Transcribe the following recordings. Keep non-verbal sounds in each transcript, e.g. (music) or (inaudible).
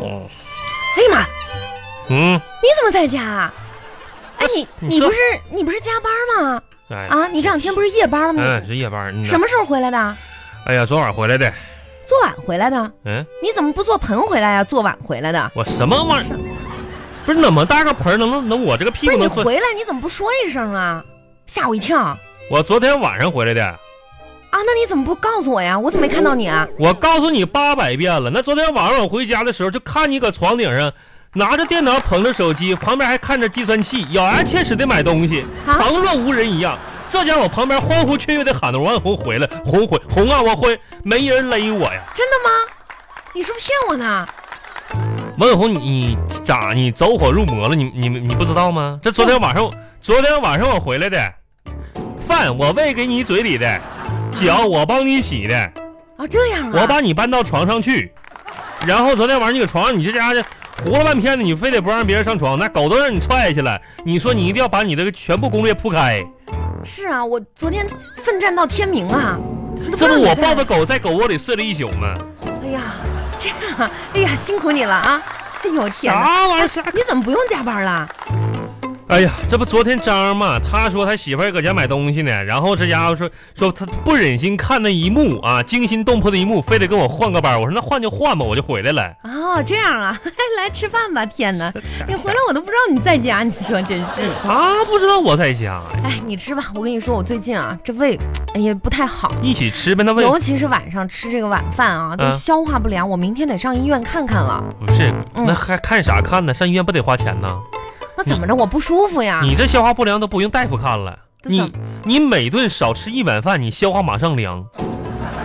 嗯哎呀妈，嗯，你怎么在家啊？哎，你你你说不是你不是加班吗？哎啊，你这两天不是夜班吗哎，？这夜班儿，嗯你呐什么时候回来的？哎呀，昨晚回来的，做晚回来的？嗯，你怎么不做盆回来呀、做晚回来的？我什么玩意是儿？不是那么大个盆儿，能能能我这个屁不股是你能算？回来你怎么不说一声啊？吓我一跳啊！我昨天晚上回来的，那你怎么不告诉我呀？我怎么没看到你啊？我告诉你八百遍了。那昨天晚上我回家的时候，就看你搁床顶上拿着电脑，捧着手机，旁边还看着计算器，咬牙切齿的买东西，啊旁若无人一样。这家伙旁边欢呼雀跃的喊着王红回来，红回红啊，我回，没人勒我呀。真的吗？你是不是骗我呢？王永红，你你咋你走火入魔了？你你你不知道吗？这昨天晚上我，昨天晚上我回来的，饭我喂给你嘴里的，脚我帮你洗的，啊，这样啊！我把你搬到床上去，然后昨天晚上你搁床上，你这家伙胡了半天的，你非得不让别人上床，那狗都让你踹下去了。你说你一定要把你这个全部攻略铺开，是啊，我昨天奋战到天明啊！你都这让不我看抱着狗在狗窝里睡了一宿吗？哎呀，这样啊！哎呀，辛苦你了啊！哎呦天哪！哎啥玩意儿？啥你怎么不用加班了？哎呀，这不昨天张嘛，他说他媳妇儿搁家买东西呢，然后这家伙说说他不忍心看那一幕啊，惊心动魄的一幕，非得跟我换个班儿。我说那换就换吧，我就回来了。哦，这样啊， (laughs) 来吃饭吧！天哪，你回来我都不知道你在家，你说真是。啊，不知道我在家，哎，你吃吧，我跟你说，我最近啊，这胃，哎呀不太好，一起吃呗。那胃尤其是晚上吃这个晚饭啊，都嗯消化不良，我明天得上医院看看了。不是嗯那还看啥看呢？上医院不得花钱呢？那怎么着？我不舒服呀。你这消化不良都不用大夫看了，啊这怎嗯你你每顿少吃一碗饭，你消化马上凉，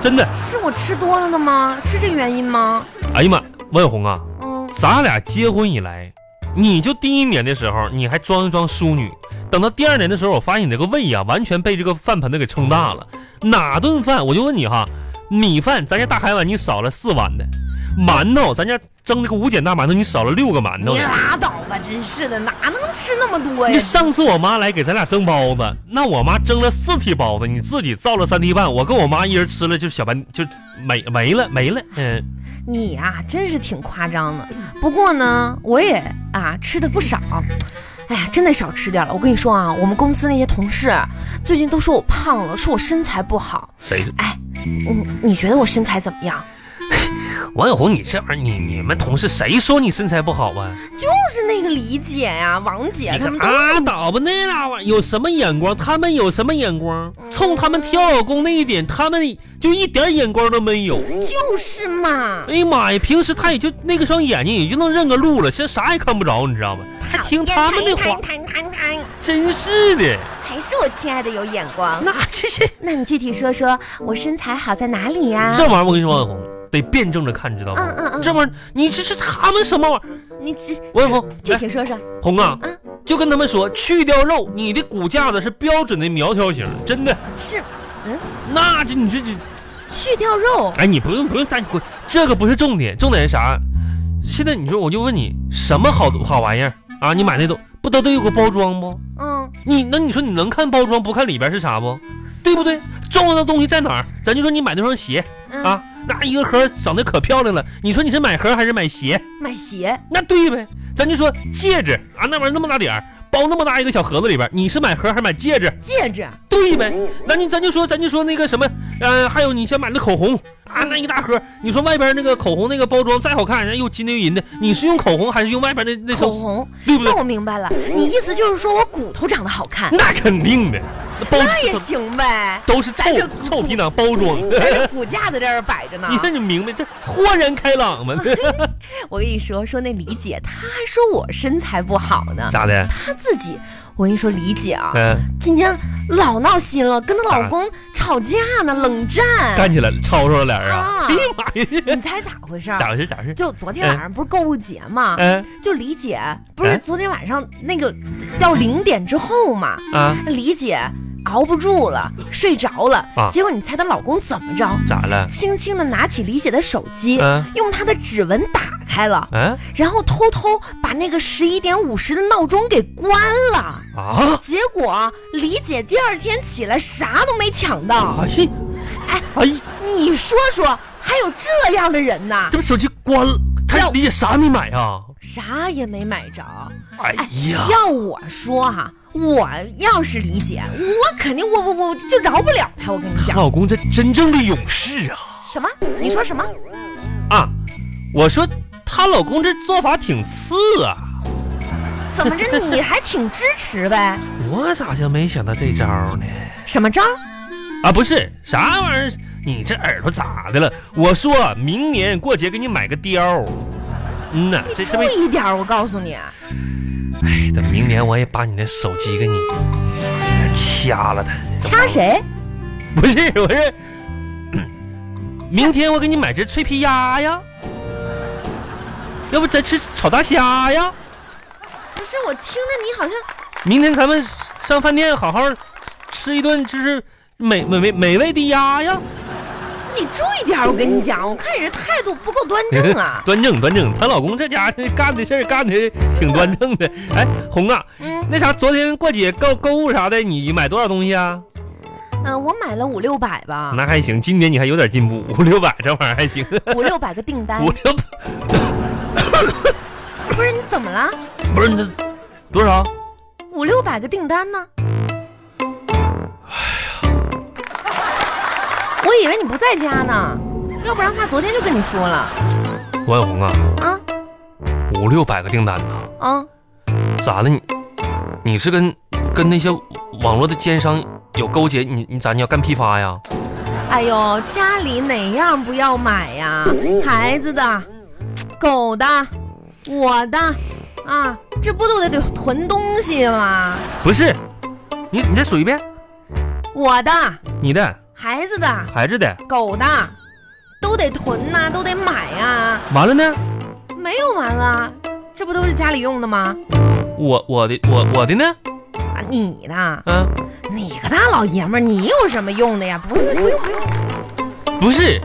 真的。是我吃多了呢吗？是这个原因吗？哎呀妈，万红啊，嗯，咱俩结婚以来，你就第一年的时候，你还装一装淑女。等到第二年的时候，我发现你这个胃呀、完全被这个饭盆子给撑大了。哪顿饭，我就问你哈，米饭咱家大海碗你少了四碗的，馒头咱家蒸这个五碱大馒头你少了六个馒头你的。拉倒吧，真是的，哪能吃那么多你呀？上次我妈来给咱俩蒸包子，那我妈蒸了四屉包子，你自己造了三屉半，我跟我妈一人吃了就小半就没没了没了。嗯，你呀、真是挺夸张的。不过呢，我也啊吃的不少。哎呀，真得少吃点了。我跟你说啊，我们公司那些同事最近都说我胖了，说我身材不好。谁哎，嗯，你觉得我身材怎么样？王小红，你这玩意儿，你你们同事谁说你身材不好啊？就是那个李姐呀、王姐你他看们都啊，倒吧那俩玩意儿有什么眼光？他们有什么眼光？嗯冲他们挑老公那一点，他们就一点眼光都没有。就是嘛。哎呀妈呀，平时他也就那个双眼睛也就能认个路了，这啥也看不着，你知道吗？还听他们的话谈，谈谈谈，真是的。还是我亲爱的有眼光。那这这那你具体说说我身材好在哪里呀、这玩意儿，我跟你说，王小红得辩证着看，知道吗？嗯嗯嗯这玩意儿，你这是他们什么玩意儿？你只王小红，具来体说说红啊，嗯就跟他们说，去掉肉，你的骨架子是标准的苗条型，真的。是那这你这这，去掉肉，哎，你不用不用担心，这个不是重点，重点是啥？现在你说，我就问你，什么好好玩意儿啊？你买那都不都得有个包装不？嗯，你那你说你能看包装不看里边是啥不？对不对？重要的东西在哪儿？咱就说你买那双鞋嗯啊，那一个盒长得可漂亮了，你说你是买盒还是买鞋？买鞋那对呗，咱就说戒指啊，那玩意儿那么大点儿，包那么大一个小盒子里边，你是买盒还是买戒指？戒指，对呗？嗯那你咱就说，咱就说那个什么，呃，还有你想买的口红啊，那一大盒，你说外边那个口红那个包装再好看，人家又金的又银的，你是用口红还是用外边那那口层，红。对不对嗯那？我明白了，你意思就是说我骨头长得好看，那肯定的，那包那也行 (laughs) 呗。都是臭咱嗯这臭皮囊包装。咱这骨架在这儿摆着呢你。看你明白这豁然开朗吗？嗯 (laughs) 我跟你说，说那李姐，她还说我身材不好呢。咋的？她自己，我跟你说，李姐啊，嗯、今天老闹心了，跟她咋老公吵架呢，冷战。干起来了，吵吵了俩人啊！啊哎呀妈呀，你猜咋回事儿？ (laughs) 咋回事？咋回事？就昨天晚上不是购物节嘛，嗯就李姐不是哎昨天晚上那个到零点之后嘛，啊，李姐熬不住了，睡着了。啊结果你猜她老公怎么着？咋了？轻轻的拿起李姐的手机，嗯用她的指纹打开了，嗯然后偷偷把那个十一点五十的闹钟给关了。啊！结果李姐第二天起来啥都没抢到。哎呀哎，哎呀，你说说，还有这样的人呐？这不手机关了，他理解啥没买啊？啥也没买着。哎呀，要我说哈、我要是理解，我肯定我我我就饶不了他。我跟你她讲，老公这真正的勇士啊！什么？你说什么？啊，我说她老公这做法挺次啊，怎么着？你还挺支持 (laughs) 呗？我咋就没想到这招呢？什么招？啊，不是啥玩意儿，你这耳朵咋的了？我说明年过节给你买个貂。嗯呐，这这注不意点儿，我告诉你，啊哎，等明年我也把你的手机给你掐了它。掐谁？ (laughs) 不是，我是，明天我给你买只脆皮鸭呀，要不咱吃炒大虾呀？不是，我听着你好像明天咱们上饭店好好吃一顿，就是美美美美味的鸭呀。。你注意点儿，我跟你讲，我看你这态度不够端正啊 (laughs) 端正端正，她老公这家 (laughs) 伙干的事儿干的挺端正的。哎，红啊，嗯那啥，昨天过节购购物啥的，你买多少东西啊？嗯、我买了五六百吧，那还行，今年你还有点进步，五六百这玩意儿还行，五六百个订单五。六百不是你怎么了？不是那多少？五六百个订单呢？哎我以为你不在家呢，要不然的话昨天就跟你说了王小红啊，啊五六百个订单呢，啊！咋的你？你是跟跟那些网络的奸商有勾结？你你咋你要干批发呀？哎呦，家里哪样不要买呀？孩子的、狗的、我的啊，这不都得得囤东西吗？不是，你你再数一遍，我的、你的孩子的、孩子的，狗的，都得囤呐、都得买呀、完了呢？没有完了，这不都是家里用的吗？我我的我我的呢？啊，你的，啊，你个大老爷们儿，你有什么用的呀？不用，不用，不用。不是，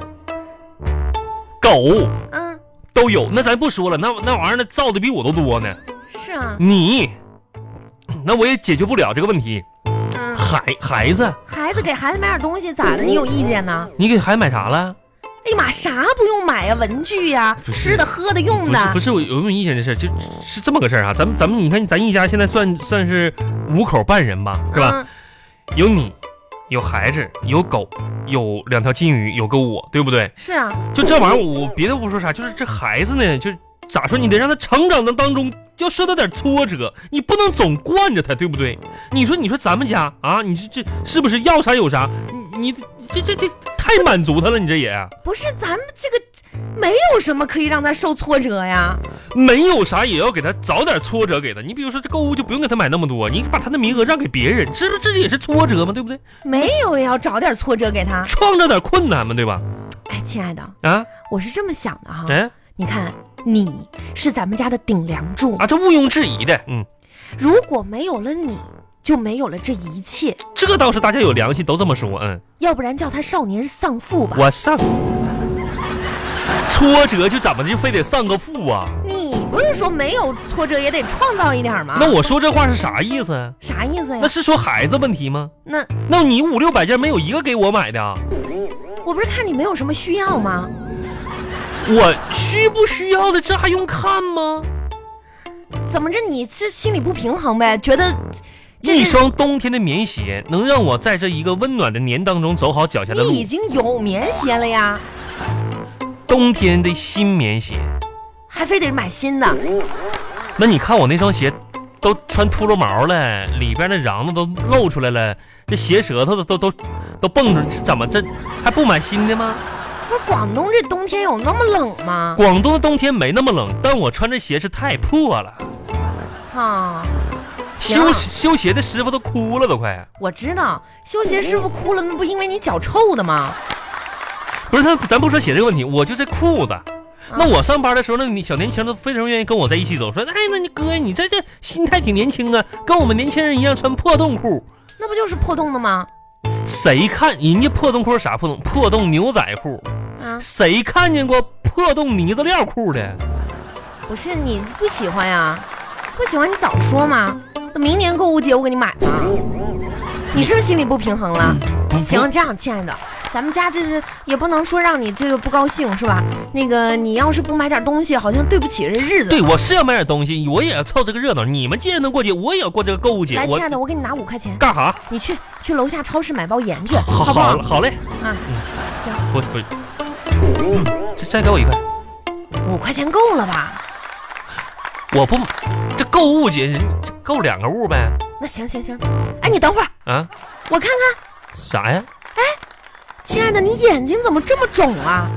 狗嗯，都有，那咱不说了，那那玩意儿那造的比我都多呢。是啊，你，那我也解决不了这个问题。嗯，孩孩子，孩子给孩子买点东西咋的？你有意见呢？你给孩子买啥了？哎呀妈，啥不用买呀？文具呀，不是吃的、喝的、用不是的不，是，我有没有意见这事儿？就是这么个事儿啊。咱们咱们，你看咱一家现在算算是五口半人吧，是吧？嗯？有你，有孩子，有狗，有两条金鱼，有个我，对不对？是啊，就这玩意儿，我别的不说啥，就是这孩子呢，就是咋说，你得让他成长的当中要受到点挫折，你不能总惯着他，对不对？你说，你说咱们家啊，你这这是不是要啥有啥？你你这这这太满足他了，你这也不是咱们这个没有什么可以让他受挫折呀。没有啥也要给他找点挫折给他。你比如说这购物就不用给他买那么多，你把他的名额让给别人，这不这也是挫折吗？对不对？没有也要找点挫折给他。创造点困难嘛，对吧？哎，亲爱的，啊，我是这么想的哈，啊哎你看你是咱们家的顶梁柱，啊，这毋庸置疑的，嗯，如果没有了你，就没有了这一切。这倒是大家有良心都这么说，嗯。要不然叫他少年丧父吧。我上，挫折就怎么的就非得上个负啊？你不是说没有挫折也得创造一点吗？那我说这话是啥意思啊？啥意思呀那？是说孩子问题吗？那那你五六百件没有一个给我买的啊？我不是看你没有什么需要吗？我需不需要的这还用看吗？怎么着你是心里不平衡呗？觉得这一双冬天的棉鞋能让我在这一个温暖的年当中走好脚下的你已路。经有棉鞋了呀，冬天的新棉鞋，还非得买新的？那你看我那双鞋都穿秃噜毛了，里边那瓤子都露出来了，这鞋舌头都都都都蹦出，怎么这还不买新的吗？不是广东这冬天有那么冷吗？广东的冬天没那么冷，但我穿这鞋是太破了，啊，行啊修修鞋的师傅都哭了，都快。我知道，修鞋师傅哭了，那不因为你脚臭的吗？不是，他咱不说鞋这个问题，我就这裤子。嗯那我上班的时候，那你小年轻都非常愿意跟我在一起走，说，哎，那你哥，你这这心态挺年轻啊，跟我们年轻人一样穿破洞裤。那不就是破洞的吗？谁看人家破洞裤是啥破洞？破洞牛仔裤，啊，谁看见过破洞呢子料裤的？嗯不是你不喜欢呀？不喜欢你早说嘛！那明年购物节我给你买嘛。你是不是心里不平衡了？不行，这样，亲爱的，咱们家这是也不能说让你这个不高兴是吧？那个你要是不买点东西，好像对不起这日子。对，我是要买点东西，我也要凑这个热闹。你们既然能过节，我也要过这个购物节。来，我亲爱的，我给你拿五块钱，干啥？你去去楼下超市买包盐去，好不好好？好嘞，啊，行，不不，嗯再再给我一块，五块钱够了吧？我不，这购物节这购两个物呗那行行行，哎，你等会儿，啊？我看看，啥呀？亲爱的，你眼睛怎么这么肿啊？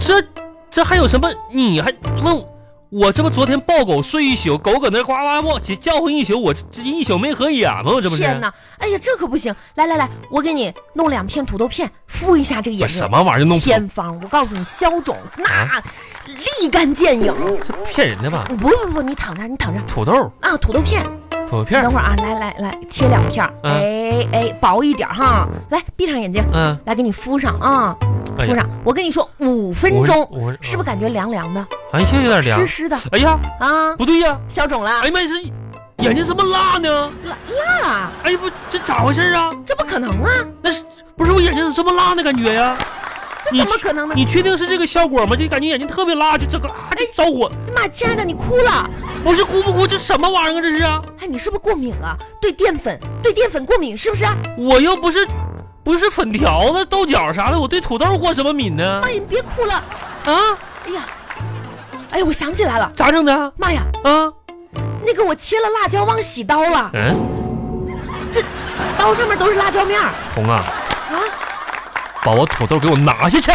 这这还有什么？你还问我我这不昨天抱狗睡一宿，狗搁那呱呱呱叫叫唤一宿，我这这一宿没合眼吗？我这不是？天哪，哎呀，这可不行！来来来，我给你弄两片土豆片敷一下这个不眼是睛什。么玩意儿弄不偏方，我告诉你，消肿那啊立竿见影。骗人的吧？不不不，你躺这儿，你躺这儿土豆、啊！土豆片，土豆嗯片等，会儿啊，来来来，切两片儿，嗯哎哎，薄一点儿哈。来，闭上眼睛，嗯，来给你敷上啊，哎敷呀上。我跟你说，五分我钟，我是不是感觉凉凉的、好像就有点凉湿。湿的哎呀，啊？不对呀，消肿了哎，呀妈呀，这眼睛怎么辣呢？辣辣，哎呀不，这咋回事啊？啊这不可能啊！那是不是我眼睛怎么这么辣呢？感觉呀？这你怎么可能呢？你确定是这个效果吗？就感觉眼睛特别辣，就这个啊，哎就着火。妈，亲爱的，你哭了？不是哭不哭，这什么玩意儿啊？这是啊？哎，你是不是过敏了？对淀粉，对淀粉过敏是不啊是？妈我又不是不是粉条子、豆角啥的，我对土豆过什么敏呢？呀，你别哭了。啊，哎呀，哎呀，我想起来了，咋整的？啊妈呀，那个我切了辣椒忘洗刀了，嗯，刀上面都是辣椒面儿红啊，啊！把我土豆给我拿下去！